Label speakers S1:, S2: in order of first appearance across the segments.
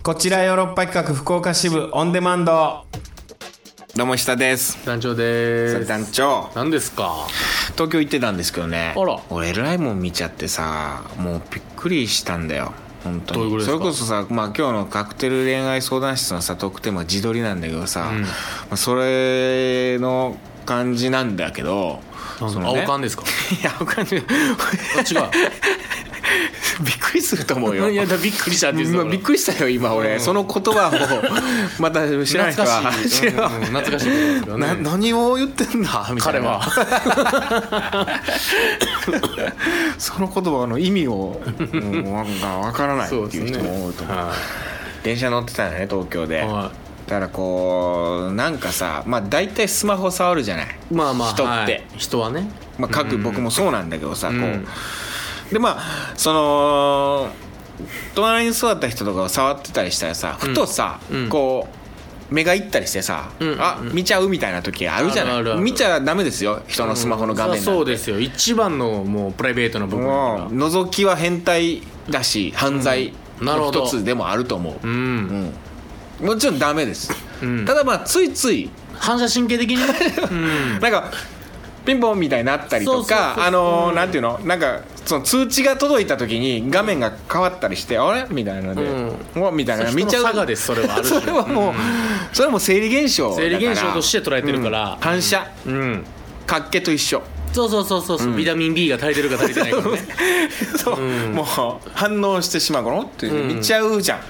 S1: こちらヨーロッパ企画福岡支部オンデマンドどうも下です
S2: 団長で
S1: それ
S2: ーす
S1: 団長
S2: 何ですか
S1: 東京行ってたんですけどね
S2: あら
S1: 俺えらいもん見ちゃってさもうびっくりしたんだよ本当に
S2: どういうことですか
S1: それこそさ、まあ、今日のカクテル恋愛相談室のさトークテーマ自撮りなんだけどさ、
S2: うん
S1: まあそれの感じなんだけど
S2: なん
S1: そ
S2: か
S1: のね
S2: 青缶ですか
S1: いや青缶じゃない
S2: あ 違
S1: びっくりすると思うよ
S2: ういやだびっくりしたって言ってた
S1: 今
S2: から
S1: びっくりしたよ今俺、
S2: うん
S1: その言葉を また 知らない人は
S2: 懐かしい、うんうん懐かしいことですけどね
S1: な何を言ってんだみたいな
S2: 彼は
S1: その言葉の意味をうんなんかわからないっていう人も多いと思う
S2: は
S1: 電車乗ってたよね東京
S2: い
S1: で
S2: は
S1: だからこうなんかさまあ大体スマホ触るじゃない、
S2: いまあまあ
S1: 人って
S2: はい人はね
S1: まあ、各僕もそうなんだけどさ、
S2: うん
S1: こうでまあその隣に座った人とかを触ってたりしたらさふとさ、
S2: うん
S1: こう目がいったりしてさ、
S2: うん
S1: あ
S2: うん
S1: 見ちゃうみたいな時あるじゃない
S2: あるあるある
S1: 見ちゃダメですよ人のスマホの画面なんて
S2: そうですよ一番のもうプライベートな部分だ
S1: も
S2: か
S1: う覗きは変態だし犯罪
S2: うんなる
S1: の
S2: ほど
S1: 一つでもあると思う、
S2: らう、
S1: うんんもちろんダメです、
S2: うん
S1: ただまあついつい
S2: 反射神 経的にね、うん
S1: なんかピンポンみたいになったりと
S2: そうそう
S1: か
S2: そう
S1: あのー
S2: うん
S1: なんていうのなんかその通知が届いた時に画面が変わったりしてあれみたいなので
S2: う
S1: うわみたいな見ちゃ
S2: 人
S1: う
S2: の差がですそれはある種
S1: それはもうそれはもう生理現象だから
S2: 生理現象として捉えてるから
S1: うん反射
S2: うん
S1: 活気と一緒
S2: そうそうそうそうそう、ビタミン B が足りてるか足りてないかもね
S1: そう
S2: うん
S1: もう反応してしまうのっていう
S2: うん
S1: 見ちゃうじゃん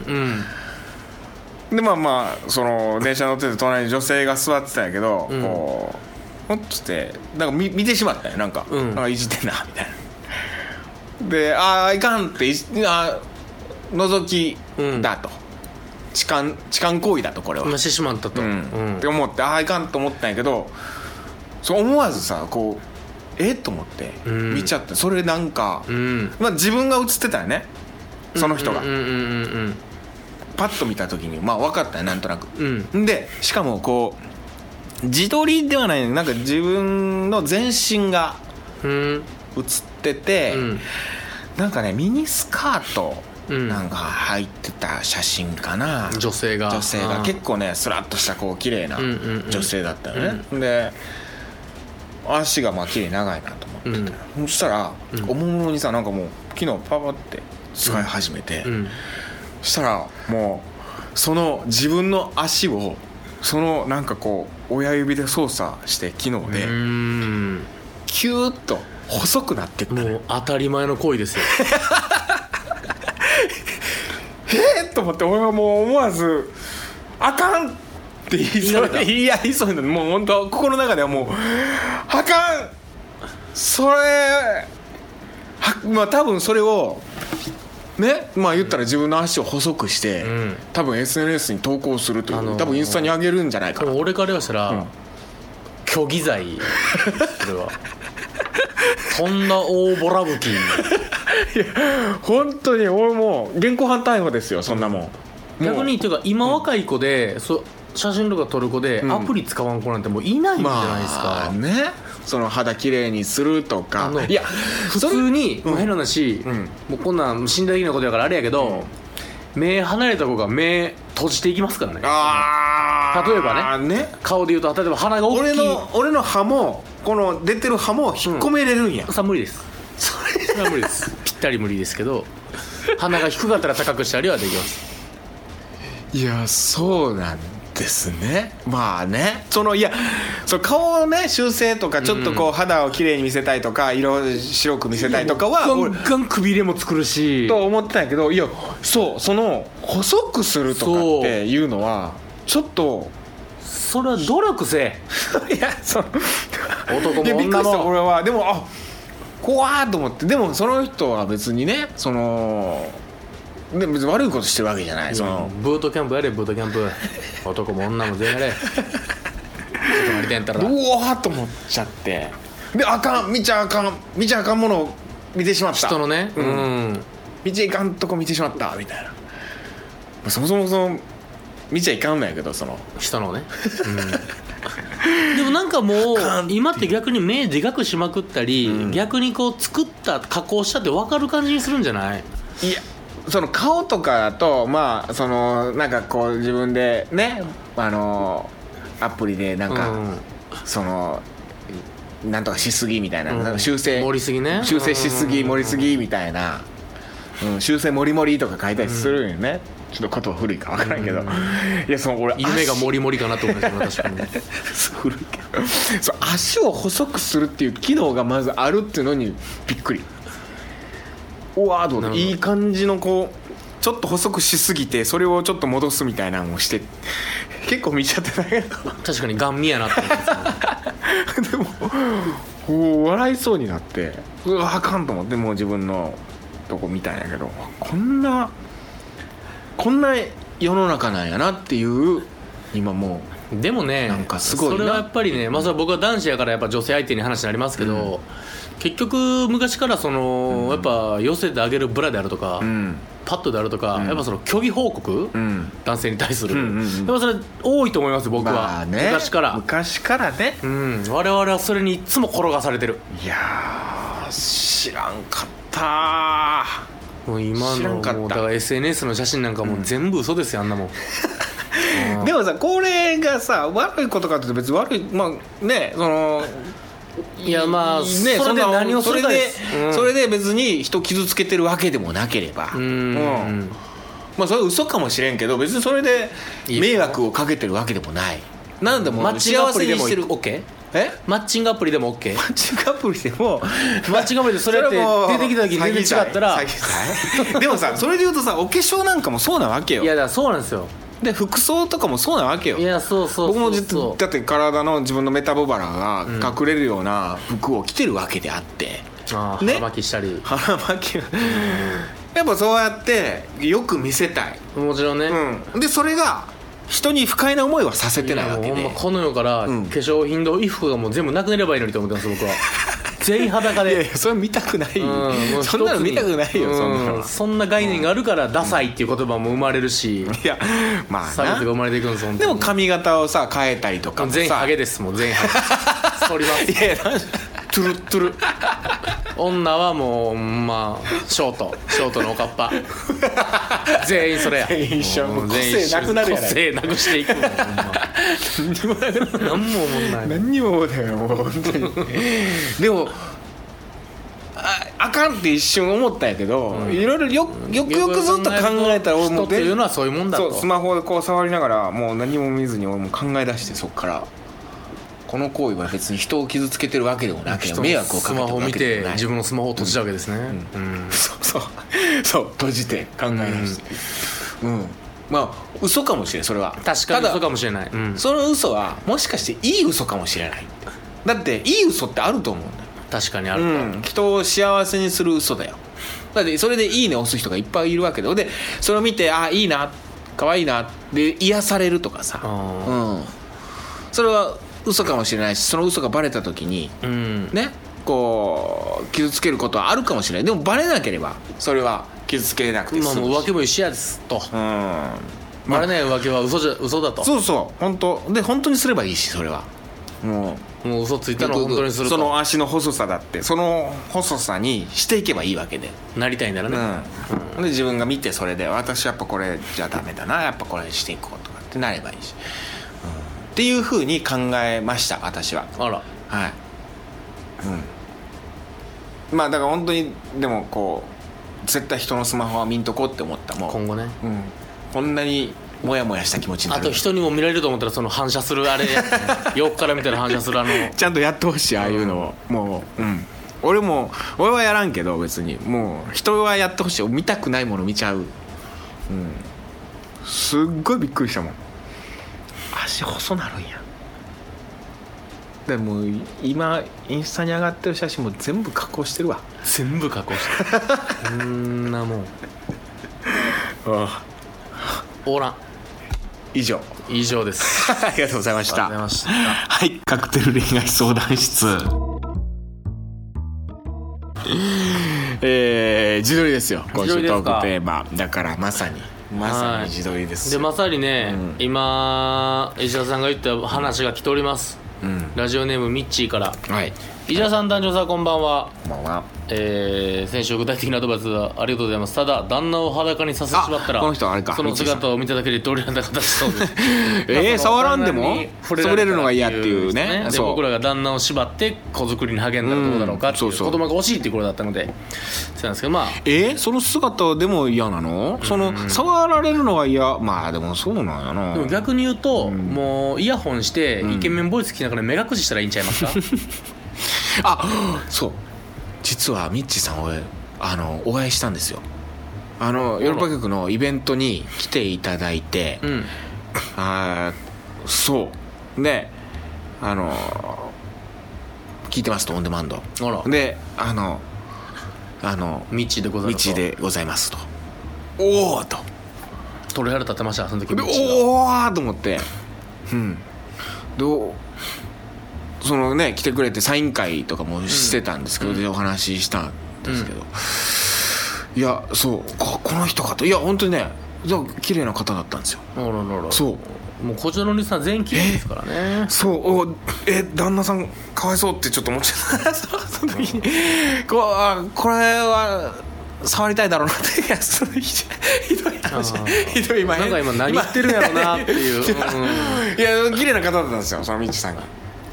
S2: うん
S1: でまあまあその電車乗ってて隣に女性が座ってたんやけど、
S2: うん
S1: こうほっつってなんか見見てしまったよなんか,、
S2: うん
S1: なんかいじってんなみたいなでああいかんっていじあー覗きだと、痴漢痴漢行為だとこれは、
S2: まあしてしまったと、
S1: うんって思ってああいかんと思ったんやけどそう思わずさこうえっと思って
S2: うん
S1: 見ちゃって、それなんか、
S2: うん
S1: まあ、自分が映ってたよねその人が、
S2: うんうんうん
S1: パッと見た時にまあ分かったよなんとなく、
S2: うんうん
S1: でしかもこう自撮りではないなんか自分の全身が
S2: うん
S1: 映ってて、
S2: うん
S1: なんかねミニスカート
S2: うん
S1: なんか入ってた写真かな、
S2: 女性が
S1: 女性
S2: あ
S1: が
S2: ー
S1: 結構ねスラッとしたこう綺麗な
S2: うんうんうん
S1: 女性だったよね、で足がまあ綺麗長いなと思ってた、そしたら、おもむろにさなんかもう昨日パパって使い始めて、
S2: うん
S1: そしたらもうその自分の足をそのなんかこう親指で操作して機能
S2: う
S1: で
S2: ん
S1: キューッと細くなってった
S2: も
S1: ね
S2: う当たり前の行 為ですよ
S1: えっと思って俺はもう思わず「あかん!」って言いそう
S2: 言いそうだ
S1: いや言いそうになるもう本当心の中ではもう「あかん!」それはまあ多分それをねまあ言ったら自分の足を細くして、
S2: うん
S1: 多分 SNS に投稿するという、
S2: あのー
S1: 多分インスタに上げるんじゃないか
S2: で
S1: な
S2: も俺から言わしたら、
S1: ん
S2: 虚偽罪それ はとんだ大ボラ吹き
S1: 本当に俺もう現行犯逮捕ですよそんなもん、もう
S2: 逆にっていうか今若い子で、そう写真とか撮る子で、
S1: ん
S2: アプリ使わん子なんてもういないんじゃないですか、
S1: まあねその肌綺麗にすると
S2: あ
S1: か
S2: の
S1: いや
S2: 普
S1: それ
S2: 通に
S1: ん
S2: 変な話、
S1: ん
S2: もうこんなん身体的なことやからあれやけど、目離れた子が目閉じていきますからね
S1: あー
S2: 例えば
S1: ね
S2: 顔で言うと例えば鼻が大
S1: 俺
S2: きい
S1: の俺の歯もこの出てる歯も引っ込めれるんや、
S2: さ無理ですそれは無理ですぴったり無理ですけど鼻が低かったら高くしたりはできます
S1: いやそうなんですねまあねそのいやその顔をね修正とかちょっとこう肌を綺麗に見せたいとか色白く見せたいとかは
S2: ガ
S1: 俺
S2: ンガンくびれも作るし
S1: と思ってたんやけどいやそうその細くするとかっていうのはちょっと
S2: それは努力せ
S1: いやその
S2: 男も
S1: いやびっくりした
S2: 女も
S1: 俺はでもあ怖ーと思ってでもその人は別にねそので別に悪いことしてるわけじゃないその
S2: ブートキャンプやれブートキャンプ男も女も 全員やれちょっとなりたいんやった
S1: う
S2: ら
S1: わーと思っちゃってであかん見ちゃあかん見ちゃあかんものを見てしまった
S2: 人のね
S1: うん
S2: うん
S1: 見ちゃいかんとこ見てしまったみたいなそもそもその見ちゃいかんのやけどその
S2: したのね、でもなんかもう今って逆に目でかくしまくったり、逆にこう作った加工したって分かる感じにするんじゃない
S1: いやその顔とかだとまあそのなんかこう自分でねあのアプリでなんか、
S2: うん
S1: そのなんとかしすぎみたいな,、
S2: うん
S1: なんか修正
S2: 盛りすぎね
S1: 修正しすぎ
S2: うん
S1: 盛りすぎみたいな、うん、修正盛り盛りとか書いたりするんよね、ちょっと言葉古いか分からんけど、いやその俺
S2: 夢が
S1: 足
S2: もりもりかなと思いました確かに
S1: 古いけど そう足を細くするっていう機能がまずあるっていうのにびっくりうわーと思って
S2: なるほ
S1: い
S2: ど
S1: い感じのこうちょっと細くしすぎてそれをちょっと戻すみたいなのをして結構見ちゃってたけど
S2: 確かにガン見やなって思います
S1: でもおー笑いそうになってうわあかんと思ってもう自分のとこ見たんやけどこんなこんな世の中なんやなっていう今も
S2: でもね
S1: なんかすごいな
S2: それはやっぱりね、まあ、それは僕は男子やからやっぱ女性相手に話になりますけど、結局昔からその、やっぱ寄せてあげるブラであるとか、
S1: ううん
S2: パッドであるとか、
S1: ん
S2: やっぱその虚偽報告、
S1: うん
S2: 男性に対する、
S1: うんうんうん
S2: やっぱそれ多いと思いますよ僕は、
S1: まあね
S2: 昔から、
S1: 昔からね
S2: うん、我々はそれにいつも転がされてる
S1: いやー知らんかった
S2: もう今
S1: 知ら
S2: の
S1: んかった
S2: もうだから SNS の写真なんかもう全部嘘ですよ、あんなもんうん
S1: でもさこれがさ悪いことかっていうと別に悪いまあねその
S2: いやまあ、
S1: ね
S2: それで
S1: んな
S2: 何をす
S1: そ
S2: る
S1: れ
S2: か
S1: で
S2: ですうん
S1: それで別に人傷つけてるわけでもなければ
S2: うん、
S1: うんまあそれは嘘かもしれんけど別にそれで
S2: いい
S1: 迷惑をかけてるわけでもないなんでも
S2: マッチングア
S1: 幸
S2: プ
S1: せ
S2: リで
S1: に
S2: も
S1: してる
S2: OK?
S1: え
S2: マッチングアプリでも OK?
S1: マッチングアプリでも
S2: マッチングアプリでそれって出てきた時に全然違ったら
S1: 詐欺罪でもさそれで言うとさお化粧なんかもそうなわけよ
S2: いやだからそうなんですよ
S1: で服装とかもそうなわけよ
S2: いやそうそうそうそう
S1: 僕も実はだって体の自分のメタボバラが隠れるような服を着てるわけであって、
S2: ああ、
S1: ね
S2: 腹巻きしたり
S1: 腹巻きはやっぱそうやってよく見せたい、
S2: もちろんね、
S1: うん、でそれが人に不快な思いはさせてないわけ
S2: やもうほ
S1: で
S2: んまこの世から化
S1: うん
S2: 粧品と衣服がもう全部なくなればいいのにと思ってます僕 は全員裸
S1: いやい
S2: で
S1: やそれ見たくない、
S2: うんもう一つ
S1: そ
S2: に
S1: んなの見たくないよ、
S2: うん
S1: そんなの
S2: そんな概念があるからダサいっていう言葉も生まれるし
S1: いやまあ
S2: 差別が
S1: な
S2: 生まれていくんです本当
S1: で
S2: に
S1: も髪型をさ変えたりとかもさ
S2: 全員ハゲですもん全員ハゲ剃ります
S1: いやいやなんトゥルットゥル
S2: 女はもうまあショートショートのおかっぱ全員それや
S1: 全員一緒
S2: も
S1: も
S2: う
S1: う個性なくなるや
S2: 個
S1: ない
S2: 性なくしていくも んほんま何も思んない
S1: 何にも思うだよもう本当にでもああかんって一瞬思ったんやけど、いろいろよよくよくずっと考えたら俺も
S2: 人
S1: う
S2: というのはそういうもんだ
S1: そ
S2: と
S1: うスマホでこう触りながらもう何も見ずに俺も考え出してそっからこの行為は別に人を傷つけてるわけでもなく
S2: 人の
S1: 迷惑をかけて
S2: ス
S1: る
S2: マホ
S1: わ
S2: 見
S1: けで
S2: て
S1: もない
S2: 自分のスマホを閉じたわけですねうん
S1: そうそうそう閉じて考え出してうん、まあ嘘かもしれんそれは
S2: 確かに
S1: ただ
S2: そうかもしれないうん
S1: その嘘はもしかしていい嘘かもしれないだっていい嘘ってあると思うんだよ
S2: 確かにある
S1: うん、人を幸せにする嘘だよだってそれで「いいね」押す人がいっぱいいるわけででそれを見て「あいいな可愛いな」で癒されるとかさ、
S2: あ
S1: うん、それは嘘かもしれないしその嘘がバレた時に
S2: ーうん
S1: ねこう傷つけることはあるかもしれないでもバレなければそれは傷つけなくて
S2: まあ
S1: 済
S2: もう
S1: む
S2: 浮
S1: し
S2: 気も一緒やですと
S1: うん
S2: バレない浮気は嘘じゃ嘘だと
S1: そうそう本当で本当にすればいいしそれはもう
S2: もう嘘ついたのを本当にする
S1: そ
S2: と
S1: の足の細さだってその細さにしていけばいいわけで
S2: なりたいんだらね
S1: うん、で自分が見てそれで私やっぱこれじゃダメだなやっぱこれしていこうとかってなればいいし、うんっていうふうに考えました私は
S2: あら
S1: はい、うん、まあだから本当にでもこう絶対人のスマホは見んとこうって思ったも
S2: 今後ね
S1: う、うん、こんなにモヤモヤした気持ちにな
S2: あ
S1: る
S2: と人にも見られると思ったらその反射するあ れやつね横から見たら反射するあの
S1: ちゃんとやってほしいああいうのを、もううん俺も俺はやらんけど別にもう人はやってほしい見たくないもの見ちゃううんすっごいびっくりしたもん足細なるんやでも今インスタに上がってる写真も全部加工してるわ
S2: 全部加工してるそんなもんおらん
S1: 以上
S2: 以上です
S1: ありがとうございまし
S2: ありがとうございました
S1: はい、カクテル恋愛相談室。えー、自撮りですよ今
S2: 自撮
S1: 週
S2: りです
S1: ト
S2: か
S1: ークテーマだからまさにまさに自撮りです
S2: でまさにね、
S1: うん
S2: 今石田さんが言った話が来ております、
S1: うん
S2: ラジオネームミッチーから
S1: はい
S2: 「石田さん、男女さん、こんばんは。
S1: まあまあ
S2: えー、先週具体的なアドバイスありがとうございますただ旦那を裸にさせてしまったら
S1: あこの人あれか
S2: その姿を見ただけで通れなかったそうです
S1: えー
S2: その
S1: 触らんでも
S2: 旦那にたら
S1: 触れるのが嫌っていうね
S2: で
S1: そう
S2: 僕らが旦那を縛って子作りに励んだらどうだろうかっていう
S1: うんそうそう
S2: 子供が欲しいっていう頃だったのでそうなんですけどまあ
S1: えその姿でも嫌なのその触られるのは嫌まあでもそうなんやな
S2: でも逆に言うと、もうイヤホンしてイケメンボイス聞きながら目隠ししたらいいんちゃいます か、
S1: あそう実はミッチーさん俺あのお会いしたんですよあのヨーロッパ局のイベントに来ていただいて、
S2: うん、
S1: あーそうであの聞いてますとオンデマンド
S2: あら
S1: であのあの
S2: ミッチーでござい
S1: 道
S2: ます
S1: でございますとおおと
S2: 鳥肌立ってましたその時
S1: で
S2: ミッチーが
S1: おおと思ってうんでおそのね来てくれてサイン会とかもしてたんですけど、でお話ししたんですけど、いやそうここの人かといや本当にねじゃ綺麗な方だったんですよ
S2: あららら
S1: そう
S2: もうこちらのリスナー全員綺麗ですからね
S1: そうおえ旦那さんかわいそうってちょっと思っちゃった そうその時にこうあこれは触りたいだろうなっていやそのひひどい話
S2: あー
S1: ひどい今
S2: なんか今何言ってるんやろなっていううん
S1: いや綺麗な方だったんですよそのみちさんが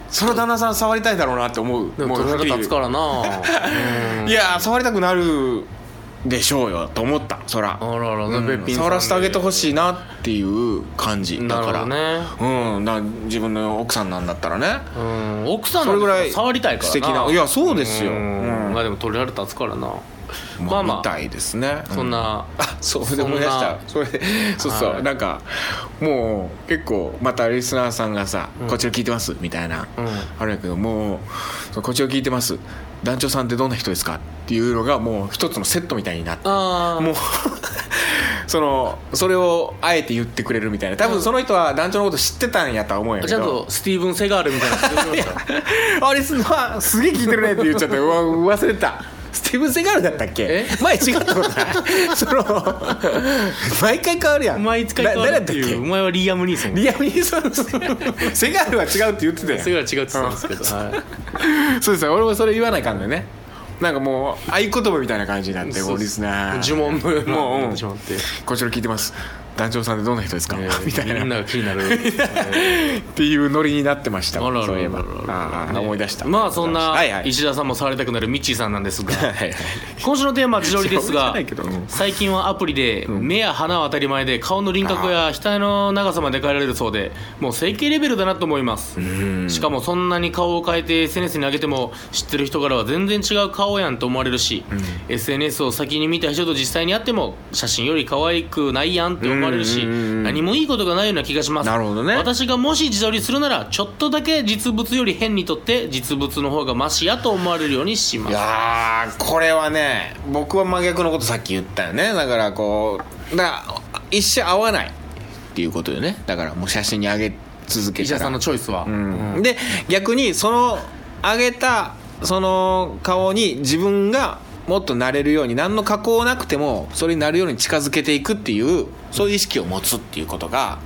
S1: その旦那さん触りたいだろうなって思う
S2: でも
S1: もう
S2: 鳥
S1: はっ
S2: 肌
S1: きり言う
S2: 立つか らなうん
S1: いや触りたくなるでしょうよと思ったそら
S2: あらら
S1: うん
S2: べっぴんさん
S1: 触らせてあげてほしいなっていう感じだ
S2: なる
S1: か
S2: ほ
S1: ら
S2: どね
S1: うんだから自分の奥さんなんだったらね
S2: うん奥さん
S1: それぐらい
S2: 触りたいから
S1: 素
S2: な
S1: 敵ないやそうですよ
S2: うん
S1: うん
S2: まあでも鳥肌立つからなま
S1: ま
S2: あ
S1: あ
S2: ま
S1: み
S2: あ
S1: たいですね
S2: そんな
S1: あそう
S2: そん
S1: で
S2: な
S1: 思い出したそれそうそう、
S2: はい
S1: なんかもう結構またリスナーさんがさ「こっちら聞いてます」みたいな、
S2: うん
S1: あれやけどもうそう「こっちら聞いてます団長さんってどんな人ですか?」っていうのがもう一つのセットみたいになって
S2: ああ
S1: もう そのそれをあえて言ってくれるみたいな多分その人は団長のこと知ってたんやとは思うんやけ
S2: ちゃん
S1: ど
S2: とスティーブン・セガールみたいな人 出てきました
S1: あれすあすげえ聞いてるねって言っちゃったうわ忘れてたスティーブン・セガールだったっけ
S2: え
S1: 前違った ことないその毎回変わるやん
S2: 毎回変わるって
S1: な
S2: いうお
S1: 誰だっ
S2: 前はリアム・ニーソン
S1: けリアム・ニーソンですセガールは違うって言ってたやん
S2: それぐらい違うって言ってたんで すけど、はい
S1: そうですよ俺もそれ言わないかんだよねなんかもう合言葉みたいな感じになって
S2: そう
S1: もうリスナー
S2: 呪文のように
S1: もう
S2: な
S1: う
S2: っ
S1: ん
S2: てしまって、
S1: こちら聞いてます団長さんってどんな人ですか、
S2: えー
S1: みたいな
S2: みんなが気にな る
S1: っていうノリになってました
S2: あらあらあらあら
S1: そういえばあー思い出した
S2: まあそんな
S1: はいはい
S2: 石田さんも触りたくなるミッチーさんなんですが
S1: はいはい
S2: 今週のテーマは自撮りです
S1: そうじゃ
S2: が
S1: ないけどうん
S2: 最近はアプリで目や鼻は当たり前で顔の輪郭や額の長さまで変えられるそうでもう整形レベルだなと思いますしかもそんなに顔を変えて SNS に上げても知ってる人からは全然違う顔やんと思われるし SNS を先に見た人と実際に会っても写真より可愛くないやんって思われる
S1: うんうんうん
S2: し
S1: うん
S2: 何もいいことがないような気がします
S1: なるほどね
S2: 私がもし自撮りするならちょっとだけ実物より変にとって実物の方がマシやと思われるようにしま
S1: い
S2: す
S1: やーこれはね僕は真逆のことさっき言ったよねだからこうだから一生合わないっていうことよねだからもう写真に上げ続け
S2: 石
S1: たら
S2: 田さんのチョイスは、
S1: うんで逆にその上げたその顔に自分がもっとなれるように何の加工なくてもそれになるように近づけていくっていうそういう意識を持つっていうことが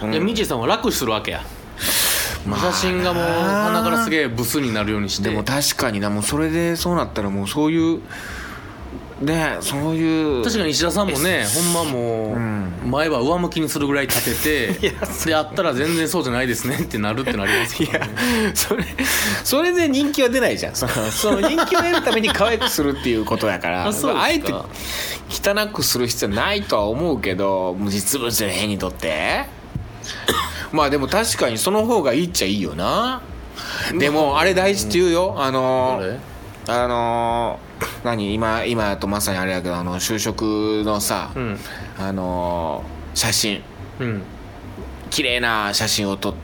S2: いやミッチーさんは楽するわけや、写真がもう鼻からすげえブスになるようにして
S1: でも確かになもうそれでそうなったらもうそういうねそういう
S2: 確かに石田さんもねほんまもう、前は上向きにするぐ らい立ててであったら全然そうじゃないですねってなるってなり ますからね
S1: それそれで人気は出ないじゃんそのその人気を得るために可愛くするっていうことだから
S2: あそう
S1: あえ
S2: です
S1: て
S2: か
S1: 汚くする必要ないとは思うけどもう実物の変にと ってまあでも確かにその方がいいっちゃいいよなでもあれ大事って言うよあの
S2: あれ
S1: あのー何今今やとまさにあれだけどあの就職のさ、
S2: うん
S1: あのー写真
S2: うん
S1: 綺麗な写真を撮っ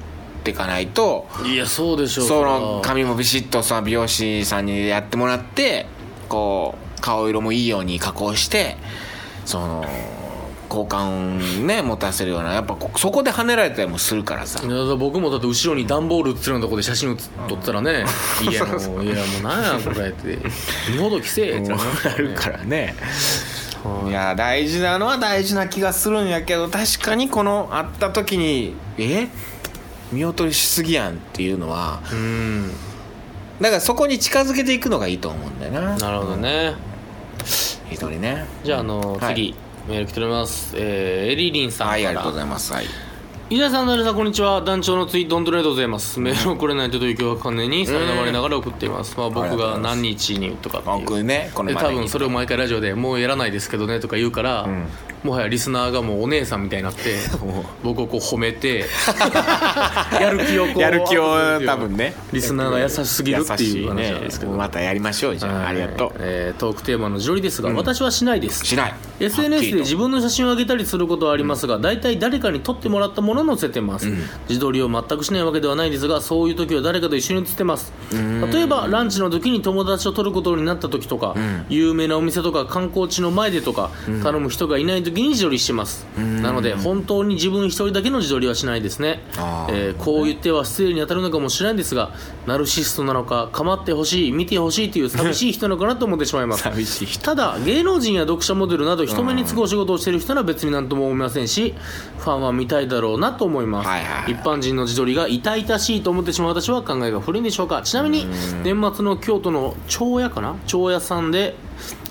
S1: ていかないと
S2: いやそうでしょう
S1: そ
S2: ら
S1: の髪もビシッとさ美容師さんにやってもらってこう顔色もいいように加工してその好感ね持たせるようなやっぱこそこで跳ねられたりもするからさ
S2: いやだから僕もだって後ろに段ボール映ってるようなとこで写真写っとったらね「い やもういやもうなんやこれ」って「二ほど着せえ」ってなります
S1: な
S2: からね
S1: るからねいや大事なのは大事な気がするんやけど確かにこの会った時にえ見劣りしすぎやんっていうのは
S2: うん
S1: だからそこに近づけていくのがいいと思うんだよな
S2: なるほどね
S1: 一人ね
S2: じゃああの
S1: はい
S2: 次メール来ておりますえーエリリンさん
S1: はいあ
S2: か
S1: りがとうござ
S2: ら
S1: いますはい
S2: 伊沢さん、成田さん、こんにちは。団長のツイート、本当にありがとうございます。メールをくれないとという脅迫観念に苛まれながら送っています。まあ、
S1: あり
S2: 僕
S1: がとうご
S2: が
S1: ざいます
S2: 何日にとかっていう。
S1: 僕ねこの
S2: で
S1: 前
S2: 多分それを毎回ラジオで「もうやらないですけどね」とか言うから、もはやリスナーがもうお姉さんみたいに なって僕をこう褒めてやる気をこ う
S1: やる気を多分ね
S2: リスナーが優しすぎるっていう話なん
S1: ね
S2: ですけど、
S1: またやりましょうじゃあありがとう
S2: えートークテーマの「自撮り」ですが、私はしないです
S1: しない
S2: SNS で
S1: はっきり
S2: 自分の写真を上げたりすることはありますが、大体誰かに撮ってもらったものを載せてます、自撮りを全くしないわけではないですがそういう時は誰かと一緒に写ってます例えばランチの時に友達と撮ることになった時とか、有名なお店とか観光地の前でとか、頼む人がいない時に自撮りしてます、なので本当に自分一人だけの自撮りはしないですね
S1: あ、ー
S2: えーこう言っては失礼に当たるのかもしれないですがナルシストなのか構ってほしい見てほしいという寂しい人なのかなと思ってしまいます
S1: 寂しい人
S2: ただ芸能人や読者モデルなど人目につくお仕事をしている人なら別になんとも思いませんしファンは見たいだろうなと思います、
S1: はいはいはい
S2: 一般人の自撮りが痛々しいと思ってしまう私は考えが古いんでしょうかちなみに年末の京都の町屋かな町屋さんで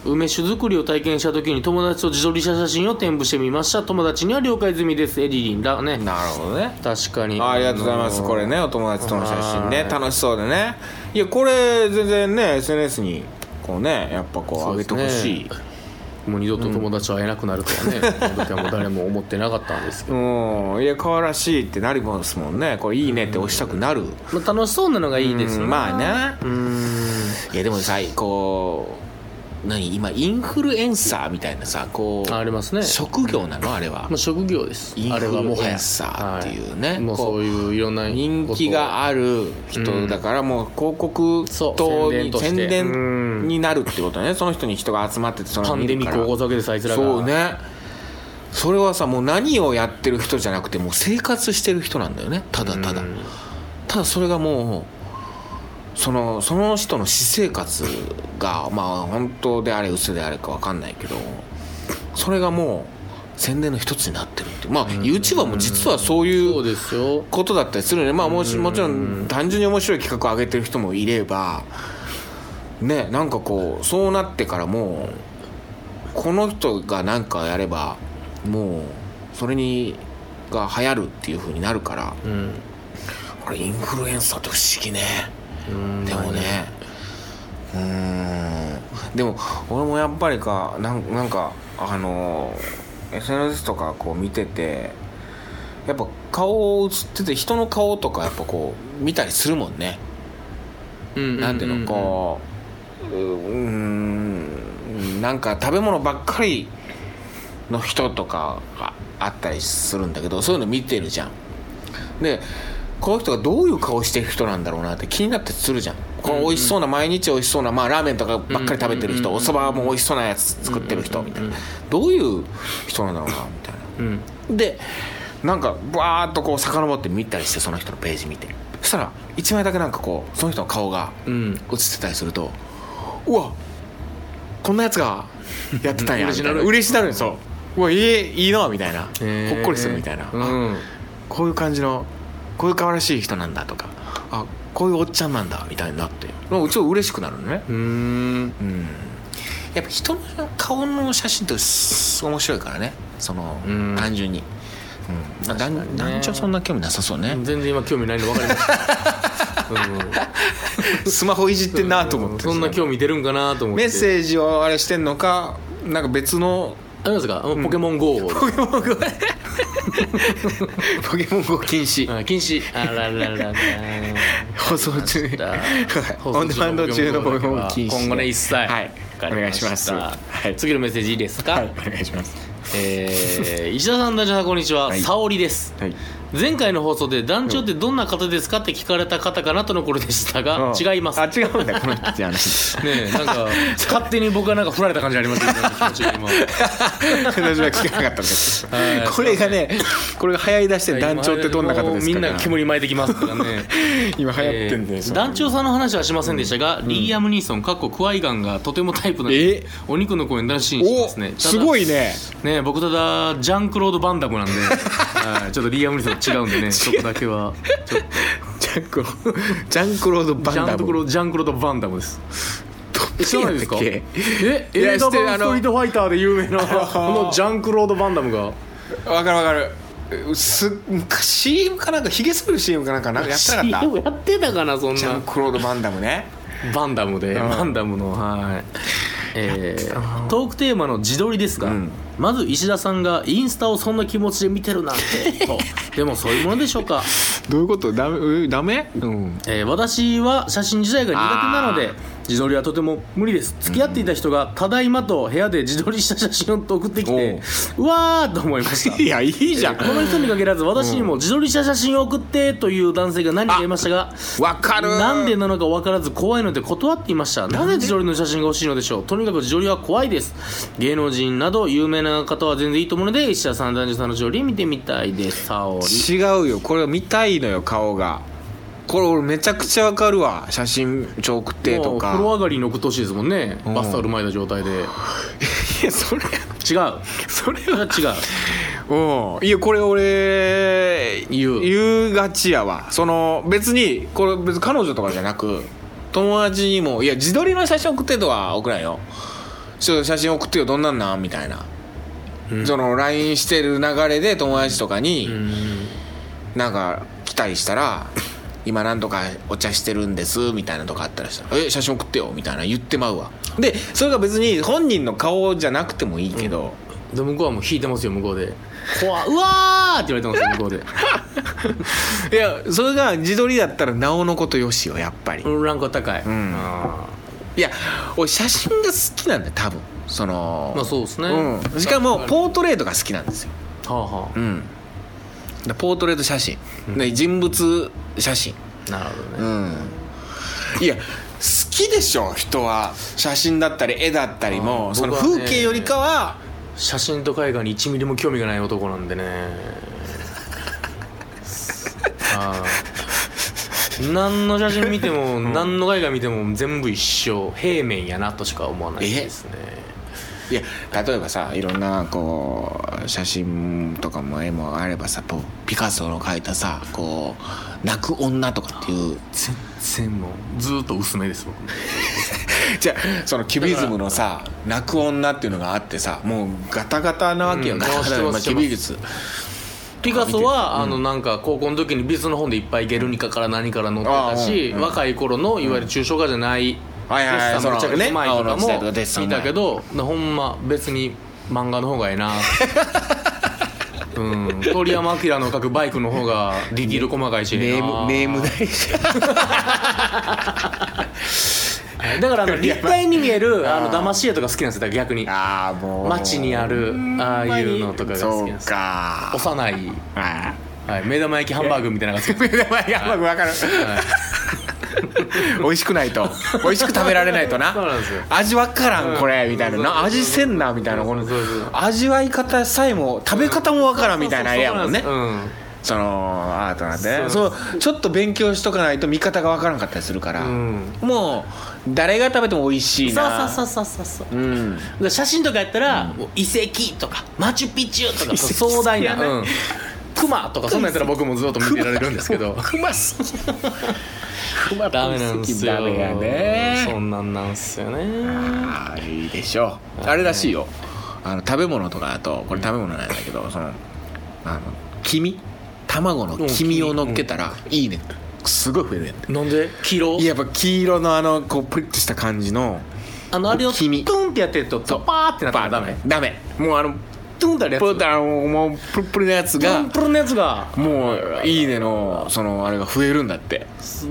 S2: 梅酒作りを体験した時に友達と自撮りした写真を添付してみました友達には了解済みですエリリンだね
S1: なるほどね
S2: 確かに
S1: あありがとうございます
S2: あのー
S1: これねお友達との写真ね
S2: はい
S1: 楽しそうでねいやこれ全然ね SNS にこうねやっぱこう上げてほしい
S2: そうですねもう二度と友達と会えなくなるとはね、その時はも う誰も思ってなかったんですけ
S1: うんいや可愛らしいってなりますもんねこれいいねって押したくなる、
S2: ど、まあ、楽しそうなのがいいですよね
S1: まあね
S2: うーん
S1: いやでもさこう何今インフルエンサーみたいなさこう
S2: ありますね
S1: 職業なのあれは
S2: まあ、職業です
S1: イン
S2: あれはも
S1: フ
S2: は
S1: ルエ
S2: や
S1: ンサーっていうね
S2: はもう
S1: こう
S2: そういういろんな
S1: 人気がある人だからもう広告
S2: そう
S1: 塔
S2: 宣伝
S1: に
S2: として
S1: 宣
S2: うん
S1: 伝になるってことねその人に人が集まっててその
S2: パ
S1: 人
S2: ン
S1: 見
S2: デ
S1: る
S2: ミッ
S1: から
S2: クを起こすわけですあいつらが
S1: そうねそれはさもう何をやってる人じゃなくてもう生活してる人なんだよねただただ
S2: うん
S1: ただそれがもうそのその人の私生活がまあ本当であれ嘘であれか分かんないけどそれがもう宣伝の一つになってるってまあ YouTuber も実はそうい
S2: そう
S1: う
S2: ですよ
S1: ことだったりするよねまあもしもちろん単純に面白い企画を上げてる人もいればねなんかこうそうなってからもうこの人が何かやればもうそれにが流行るっていう風になるから
S2: うん
S1: これインフルエンサーって不思議ね
S2: うん
S1: でもねうーんでも俺もやっぱりかなんなんかあの SNS とかこう見ててやっぱ顔を映ってて人の顔とかやっぱこう見たりするもんね
S2: うん
S1: なんていうのこううーんなんか食べ物ばっかりの人とかがあったりするんだけどそういうの見てるじゃんでこの人がどういう顔してる人なんだろうなって気になってするじゃんこの美味しそうな毎日美味しそうな、まあ、ラーメンとかばっかり食べてる人おそばも美味しそうなやつ作ってる人みたいなどういう人なんだろうなみたいな
S2: うん
S1: でなんかバーっとこう遡って見たりしてその人のページ見てそしたら1枚だけなんかこうその人の顔が
S2: うん
S1: 映ってたりするとうわこんなやつがやって たんや
S2: うん
S1: みたいな
S2: 嬉しなる
S1: 嬉しなるんですようわいいいいなみたいなほ
S2: へー
S1: っこりするみたいな、
S2: う
S1: あ
S2: ん
S1: こういう感じのこういう可愛らしい人なんだとかあこういうおっちゃんなんだみたいになってうちょっと嬉しくなるのね
S2: うーん
S1: うんやっぱ人の顔の写真ってす面白いからねその、
S2: うん
S1: 単純に、うん、だん男女そんな興味なさそうね
S2: 全然今興味ないの分かりま した
S1: スマホいじってんなと思
S2: う
S1: っ
S2: ん
S1: て
S2: そんな興味出るんかなと思って
S1: メッセージをあれしてんのかなんか別の
S2: あれですかあのポケモン GO を
S1: ポケモン GO 禁止
S2: あ禁止あらら らら
S1: 放送中
S2: た
S1: はい
S2: 放送
S1: オンデマンド中のポケモン GO 禁止
S2: 今後ね一切
S1: はい
S2: わ
S1: お
S2: かり
S1: 願
S2: ま
S1: い
S2: し
S1: したますはい
S2: 次のメッセージいいですか、
S1: はいお願いします
S2: えー石田さん団長さんこんにちは、
S1: はい
S2: 沙織です
S1: はい
S2: 前回の放送で団長ってどんな方ですかって聞かれた方かなとのことでしたが、違います
S1: あ
S2: ね
S1: 違うんだこの人じゃない
S2: えな んか勝手に僕はなんか振られた感じありますよね気持ちが今
S1: 私は聞かなかったん です
S2: はい
S1: これがねこれが流行り出して団長ってどんな方ですか
S2: みんな煙巻いてきますからね
S1: 今 流行ってん
S2: え
S1: で
S2: ー
S1: す
S2: 団長さんの話はしませんでしたが、リーアム・ニーソンかっこクワイガンがとてもタイプな
S1: え
S2: お肉の声に出しにし
S1: お
S2: ますね
S1: すご
S2: い
S1: いね
S2: ね僕ただジャ ンクロード・バンダムなんではいちょっとリーアム・ニーソンと違うんでねそこだけはちょっ
S1: ジャンクロジャンクロード・バン
S2: ジャ
S1: ダ
S2: ンク
S1: ム
S2: ロジャンクロとバンダムです
S1: ど
S2: 知らないですか
S1: っちやっ
S2: え
S1: たっいや
S2: 映画版
S1: 知ってるあ
S2: ス
S1: の
S2: トリートファイターで有 名なこのジャンクロード・バンダムが
S1: けわかるわかるす昔 CM かなんかひげ剃る CM かなんかなんかやってなかった
S2: CM やってたかなそん
S1: ジャ
S2: な
S1: ンクロード・バンダムね
S2: バンダムで
S1: うん
S2: バンダムのはいえー、トークテーマの自撮りですが、
S1: ん
S2: まず石田さんがインスタをそんな気持ちで見てる なんてとでもそういうものでしょうか
S1: どういうことダメうダメうん
S2: えー私は写真自体が苦手なので自撮りはとても無理です付き合っていた人が「ただいま」と部屋で自撮りした写真を送ってきてうわーと思いまし た
S1: いやいいじゃん
S2: この人に限らず私にも自撮りした写真を送ってという男性が何人かいましたが
S1: わかる
S2: なんでなのか分からず怖いので断っていましたなぜ自撮りの写真が欲しいのでしょうとにかく自撮りは怖いです芸能人など有名な方は全然いいと思うので石田さん男女さんの自撮り見てみたいです沙織
S1: 違うよこれ見たいのよ顔がこれ俺めちゃくちゃわかるわ写真ちょ送ってと
S2: もう風呂
S1: か
S2: 上がりに送ってほしいですもんね
S1: ん
S2: バスタオル巻いた状態で違う
S1: いや それ
S2: それは違う
S1: うんいやこれ俺
S2: 言う
S1: 言うがちやわその別にこれ別に彼女とかじゃなく友達にも「いや自撮りの写真送って」とは送らんよ「ちょっと写真送ってよどんなんなん?」みたいな、その LINE してる流れで友達とかに、なんか来たりしたら「今なんとかお茶してるんです」みたいなとかあったらしたら「え写真送ってよ」みたいな言ってまうわでそれが別に本人の顔じゃなくてもいいけど、
S2: で向こうはもう引いてますよ向こうで怖いうわーって言われてますよ向こう で
S1: いやそれが自撮りだったらなおのことよしよやっぱり、
S2: うんランクは高い、
S1: ん
S2: あ
S1: いや俺写真が好きなんだよ多分その
S2: ーまあそうですね、
S1: うん、しかも
S2: は
S1: ポートレートが好きなんですよ、
S2: あは
S1: うん、だポートレート写真、で人物写真
S2: あなるほどね、
S1: うんいや好きでしょ人は写真だったり絵だったり
S2: あ
S1: も
S2: ー
S1: その
S2: 僕はね
S1: 風景よりかは
S2: 写真と絵画に1ミリも興味がない男なん でねあー何の写真見ても何の絵画見ても全部一緒平面やなとしか思わないですね
S1: いや例えばさいろんなこう写真とかも絵もあればさポピカソの描いたさこう泣く女とかっていう
S2: 全然もうずーっと薄めです僕
S1: じゃあそのキュビズムのさ泣く女っていうのがあってさもうガタガタなわけよ、
S2: うん
S1: ガタガタ
S2: 知ってます
S1: まあ
S2: 知
S1: キュ
S2: ってます
S1: ビ術
S2: ピカソはあのなんか高校の時に美術の本でいっぱいゲルニカから何から載ってたし
S1: ああうん
S2: 若い頃のいわゆる抽象画じゃないデ
S1: はいはいはい
S2: ッサンめちゃくちゃうまいと
S1: そのね青の時代
S2: か
S1: と
S2: も
S1: かデッサン
S2: い
S1: ね
S2: たけどなほんま別に漫画の方がええな うん鳥山明の描くバイクの方がディティール細かいしえ
S1: ネー
S2: えな
S1: ムネーム大事
S2: だからあの立体に見えるあの騙し絵とか好きなんですよだから逆に
S1: ああもう
S2: 街にあるああいうのとかが好きなんです
S1: そうか
S2: 幼い、
S1: あ
S2: はい、目玉焼きハンバーグみたいなのが好きなんで
S1: ー
S2: す
S1: 目玉焼きハンバーグわかる美味しくないと美味しく食べられないとな
S2: そうなんですよ
S1: 味わからんこれ
S2: うん
S1: みたいな
S2: そうそう
S1: な
S2: そう
S1: 味せんなみたいなこの
S2: そうそうそう
S1: 味わい方さえも食べ方もわからんみたいな絵やもんね
S2: そうなんですうん
S1: そのアートなんでね
S2: そ
S1: そううちょっと勉強しとかないと見方がわからんかったりするから、
S2: うん
S1: もう誰が食べても美味しいな
S2: そうそうそうそうそう
S1: うん
S2: だから写真とかやったら、もう遺跡とかマチュピチュとか
S1: 跡
S2: そう壮大
S1: 好
S2: な、
S1: きやね
S2: うん、クマとかそんなんやったら僕もずっと見てられるんですけど
S1: クマ好きクマ
S2: ダメなんすよ
S1: ダメやね
S2: そんなんなんすよね
S1: ああいいでしょうあれらしいよあの食べ物とかだとこれ食べ物なんだけどそのあの黄身卵の黄身を乗っけたらいいねすごい増えるんやって
S2: なんで黄色
S1: いややっぱ黄色のあのこうプリッとした感じの
S2: あのあれをト
S1: 黄身
S2: ゥンってやってるとトパーってなったらダメ
S1: ダメもうあの
S2: トゥンってやるやつ
S1: プルダンもうプルプルのやつ
S2: プル
S1: が
S2: ンプルンのやつが
S1: もう「いいねの」そのあれが増えるんだって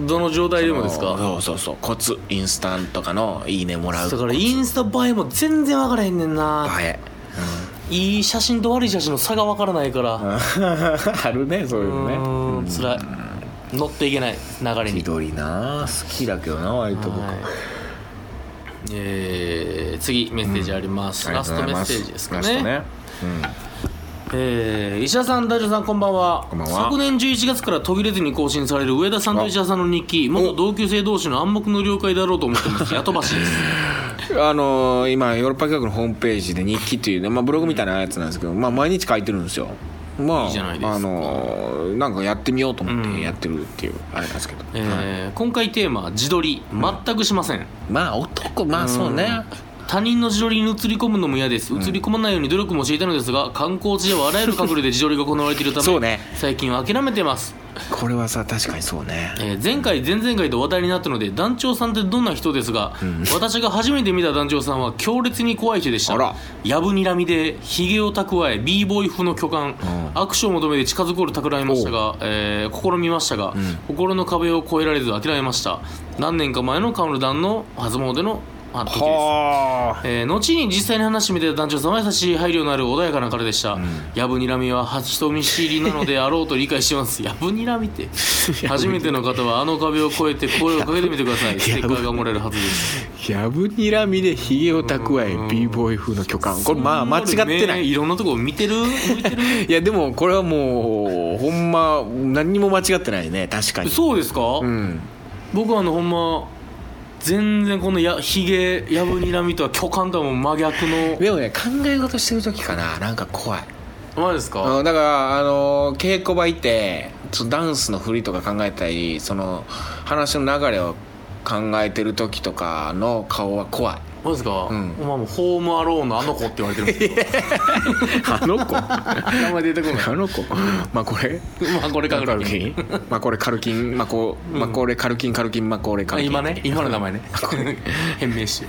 S2: どの状態でもです
S1: そ
S2: か
S1: のそうそうそうコツインスタントとかの「いいね」もらう
S2: だからインスタ映えも全然分からへんねんな
S1: 映え
S2: いい写真と悪い写真の差が分からないから
S1: あるねそういううのね
S2: ーん辛い乗っていけない流れに
S1: 緑な好きだけどな割と僕
S2: はいえー次メッセージあります、
S1: あり
S2: ラ
S1: がと
S2: ス
S1: う
S2: ト
S1: ござ
S2: メ
S1: い
S2: ッ
S1: ま
S2: セージですか
S1: ラス
S2: ね
S1: トうん
S2: えー石田さん大丈さんこんばんは
S1: こんばんは
S2: 昨年11月から途切れずに更新される上田さんと石田さんの日記元同級生同士の暗黙の了解だろうと思って ますやとばしです
S1: あのー今ヨーロッパ企画のホームページで日記っていうね、まあ、ブログみたいなやつなんですけど、まあ、毎日書いてるんですよまあ
S2: いいじゃないですか
S1: あのーなんかやってみようと思ってやってるっていう、あれなんですけど、
S2: え
S1: はい
S2: ー今回テーマ自撮り全くしません、
S1: まあ男まあそうね、
S2: 他人の自撮りに映り込むのも嫌です映り込まないように努力もしていたのですが観光地ではあらゆる角度で自撮りが行われているため
S1: そうね
S2: 最近は諦めてます、
S1: これはさ確かにそうね
S2: えー前回前々回と話題になったので団長さんってどんな人ですが、私が初めて見た団長さんは強烈に怖い人でした
S1: あら
S2: やぶにらみでひげを蓄え b ボーイ風の巨漢、握手を求めて近づこうと企みましたが、えー試みましたが、心の壁を越えられず諦めました何年か前のカウルダンの初詣のあ時です
S1: はあ
S2: えー後に実際に話してみてた団長さんは優しい配慮のある穏やかな方でした、やぶにらみはは人見知りなのであろうと理解してます やぶにらみって初めての方はあの壁を越えて声をかけてみてくださ いステッカーがもらえるはずです
S1: やぶにらみでひげを蓄え b ボーイ風の巨漢これまあ間違ってな
S2: ね
S1: い
S2: いろんなとこ見てる向いてる
S1: いやでもこれはもうほんま何にも間違ってないね確かに
S2: そうですか、
S1: うん
S2: 僕はあのほんま全然このやひげやぶにらみとは巨漢とはもう真逆の
S1: でもね考え事してる時かななんか怖い
S2: 何ですか
S1: うんだからあの稽古場行ってそのダンスの振りとか考えたりその話の流れを考えてる時とかの顔は怖い
S2: 何ですか、
S1: うん
S2: お前もうホームアローンのあの子って言われてるんですけど
S1: あの子あ
S2: 名前出てこない。
S1: の子まあこれ
S2: まあこれか
S1: カルキンまあこれカルキンまあこう、まあこれカルキンカルキンまあこれカルキン
S2: 今ね、今の名前ね。変名詞。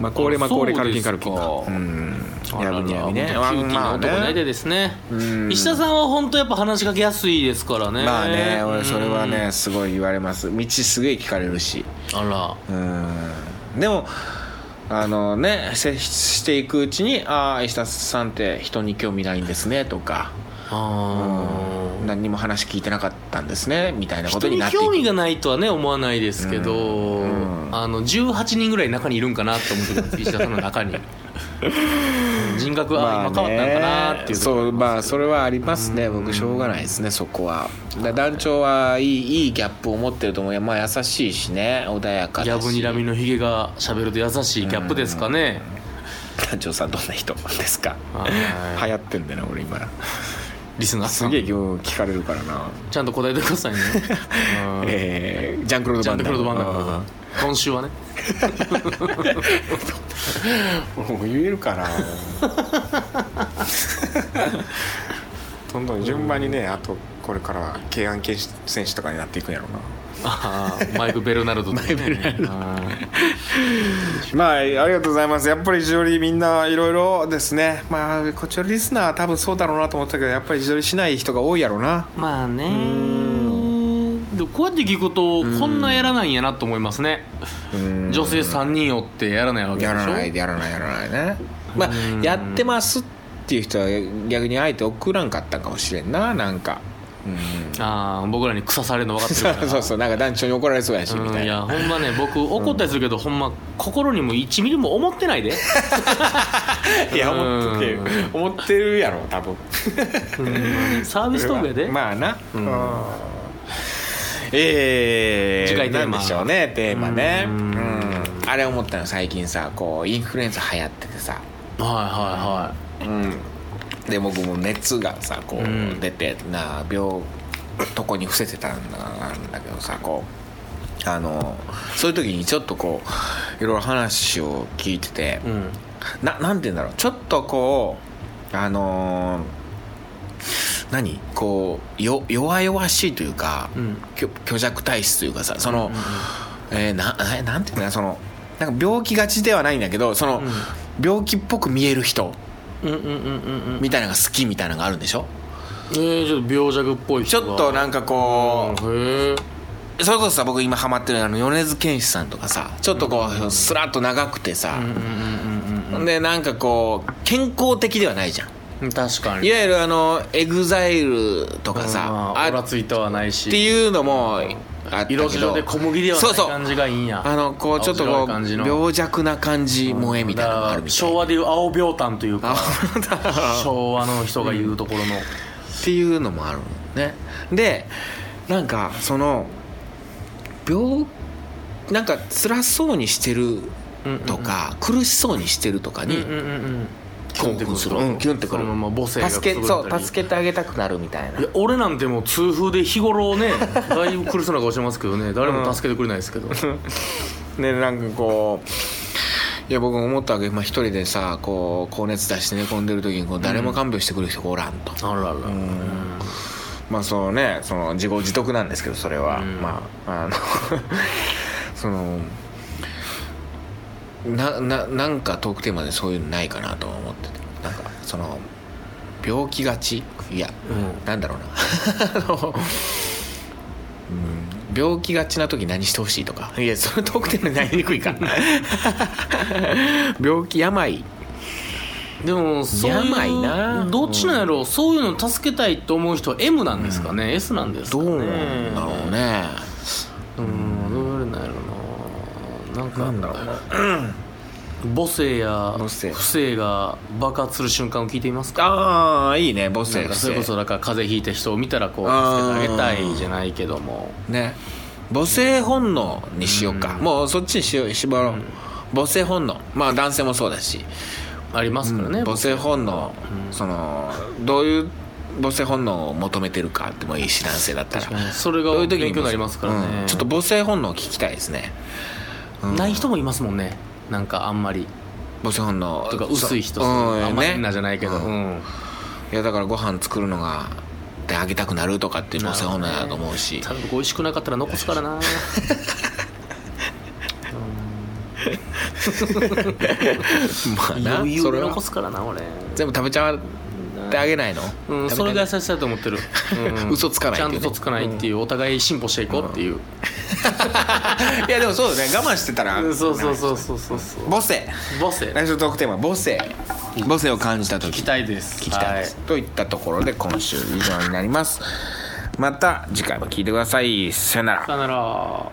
S1: まあこれまあこれ
S2: そ
S1: カ
S2: う
S1: ルキ
S2: で
S1: ン
S2: すか
S1: カルキンかうんやぶにやぶね
S2: キューティーな男の間ですね。
S1: うん
S2: 石田さんは本当やっぱ話しかけやすいですからね。
S1: まあね俺それは
S2: うん。
S1: ねすごい言われます道すげえ聞かれるし
S2: あ
S1: うんでもあのね接していくうちに「ああ石田さんって人に興味ないんですね」とか、
S2: ら。
S1: うん、
S2: ああ。
S1: 何にも話聞いてなかったんですねみたいなこと
S2: 人
S1: に
S2: に
S1: なってい
S2: 興
S1: く
S2: 味がないとはね思わないですけど、
S1: ん
S2: あの18人ぐらい中にいるんかなって思ってたんです石田さんの 中にうん人格は今変わったんかなっていうとこ
S1: そうまあそれはありますね僕しょうがないですねそこはだ団長はいいいいギャップを持ってると思ういやまあ優しいしね穏やかだし
S2: やぶにらみのひげが喋ると優しいギャップですかね、
S1: 団長さんどんな人ですか
S2: はい
S1: 流行ってんだよな俺今
S2: リスナーさ
S1: す
S2: ん
S1: げえ聞かれるからな
S2: ちゃんと答えてください ねうん
S1: えージャンクロー
S2: ち
S1: ド・
S2: ゃ
S1: バ
S2: ん
S1: ンダ
S2: とク
S1: ム
S2: ロードバンダムだから今週はね
S1: 俺もう言えるか などんどん順番にねあとこれからは慶安選手とかになっていくんやろうな
S2: あーマイク・ベルナルドとかねあ
S1: まあありがとうございますやっぱり自撮りみんないろいろですねまあこっちのリスナーは多分そうだろうなと思ったけどやっぱり自撮りしない人が多いやろうな
S2: ーまあねでもこうやって聞くとこんなやらないんやなと思いますね女性3人おってやらないわけでし
S1: や
S2: ょ
S1: らないやらないやらないねまあやってますっていう人は逆にあえて送らんかったかもしれんななんかうん
S2: あー僕らに腐されるの分かっ て
S1: そ
S2: るか
S1: う
S2: ら
S1: そうそうなんか団長に怒られそうやしみ
S2: う
S1: た
S2: ん
S1: い
S2: いや
S1: な
S2: ほんまね僕怒ったりするけど、ほんま心にも1ミリも思ってない で
S1: いや思ってる思ってるやろ多分
S2: ほんまにサービストークやで、
S1: まあなえー、
S2: 次回テーマ
S1: なんでしょうねテーマね
S2: う
S1: うんんあれ思ったの最近さこうインフルエンザ流行っててさ
S2: はいはいはい
S1: うんで僕も熱がさこ
S2: うん
S1: う出てな病とこに伏せてたんだなんだけどさこうあのそういう時にちょっとこういろいろ話を聞いてて、
S2: うん
S1: ななんて言うんだろうちょっとこうあのー何こうよ弱々しいというか、
S2: うん
S1: 虚虚弱体質というかさその、えーなえなんていうのかなそのなんか病気がちではないんだけどその、
S2: うん
S1: 病気っぽく見える人
S2: うんうんうんうんうん
S1: みたいなのが好きみたいなのがあるんでしょ
S2: えー、ちょっと病弱っぽい
S1: ち
S2: 人
S1: ょっと
S2: な
S1: なんかこう、
S2: へえ
S1: それこそさ僕今ハマってるあの米津玄師さんとかさちょっとこう、スラッと長くてさ
S2: うん、うんうん
S1: でなんかこう健康的ではないじゃん
S2: うんうん確かに
S1: いわゆるあのエグザイルとかさ、
S2: まあ
S1: あ
S2: オラついたはな
S1: っ
S2: い
S1: て
S2: し
S1: いうのもあったけど
S2: 色白で小麦ではな
S1: そう
S2: い
S1: そう
S2: 感じがいいんや
S1: あのこうちょっとこ
S2: 青白い感じ
S1: う
S2: の
S1: 病弱な感じ萌えみたいなのがあるみたい
S2: 昭和でいう青病炭という
S1: な
S2: か昭和の人が言うところの、
S1: っていうのもあるのねでなんかその病なんか辛そうにしてるとか、苦しそうにしてるとかに
S2: うんうんうん
S1: 興奮する
S2: キュンってくると
S1: うんキュンってくる
S2: そのまま母性が
S3: 助け
S2: くすぶ
S3: そ
S2: った
S3: う
S2: り
S3: 助けてあげたくなるみたいない
S2: や俺なんてもう痛風で日 頃ねだいぶ苦しそうな顔してますけどね誰も助けてくれないですけど、
S1: ねなんかこういや僕思ったわけ、まあ、一人でさこう高熱出して寝込んでる時にこう誰も看病してくる人がおらんと、
S2: あらら、
S1: まあそうねその自業自得なんですけどそれは、
S2: うん
S1: まああの そのなななんかトークテーマでそういうのないかなと思っててなんかその病気がちいや、
S2: う
S1: なんだろうな あのうん病気がちな時何してほしいとかいやそのトークテーマになりにくい か病気病
S2: でもそういう
S1: 病な
S2: どっちなんやろう、そういうの助けたいと思う人は M なんですかね、S なんですか
S1: ど
S2: ね
S1: うなんだろうね
S2: うんどうなんやろうななんかなんだろう母性や
S1: 母性
S2: 不正が爆発する瞬間を聞いていますか
S1: ああいいねボス
S2: なんかそれこそだから風邪ひいた人を見たらこう助けてあげたいじゃないけども
S1: ね母性本能にしようか、
S2: うん
S1: もうそっちにしよう縛ろう、母性本能まあ男性もそうだし、
S2: ありますからね、
S1: 母性本能、そのどういう母性本能を求めてるかでもいいし男性だったら
S2: 確かにそれが
S1: どういう時
S2: 勉強になりますからね
S1: うんちょっと母性本能を聞きたいですね
S2: ない人もいますもんねなんかあんまり
S1: 母性本能
S2: とか薄い人
S1: そう
S2: あ
S1: うんん
S2: まり
S1: ね
S2: なじゃないけど、
S1: うん
S2: うん
S1: いやだからご飯作るのがであげたくなるとかっていう母性本能だと思うし、
S2: ただ僕美味しくなかったら残すからな
S1: まあな
S2: 余裕
S1: そ
S2: で
S1: れは
S2: 残すからな俺
S1: 全部食べちゃってあげないの、
S2: うん、そ
S1: 食べ
S2: れ
S1: て
S2: が優しさだと思ってる、うん
S1: 嘘つかない
S2: ち
S1: っ
S2: ゃ
S1: て
S2: ん
S1: いう
S2: と
S1: ね
S2: 嘘つかないっていう、お互い進歩していこうっていう、
S1: いやでもそうだね我慢してたら
S2: そうそうそうそうそうそう
S1: 母性
S2: ボス聞
S1: 来週のトークテーマ母性母性を感じた時
S2: きたいです聞
S1: 聞きたいです、といったところで今週以上になりますまた次回も聞いてくださいさよなら
S2: さよなら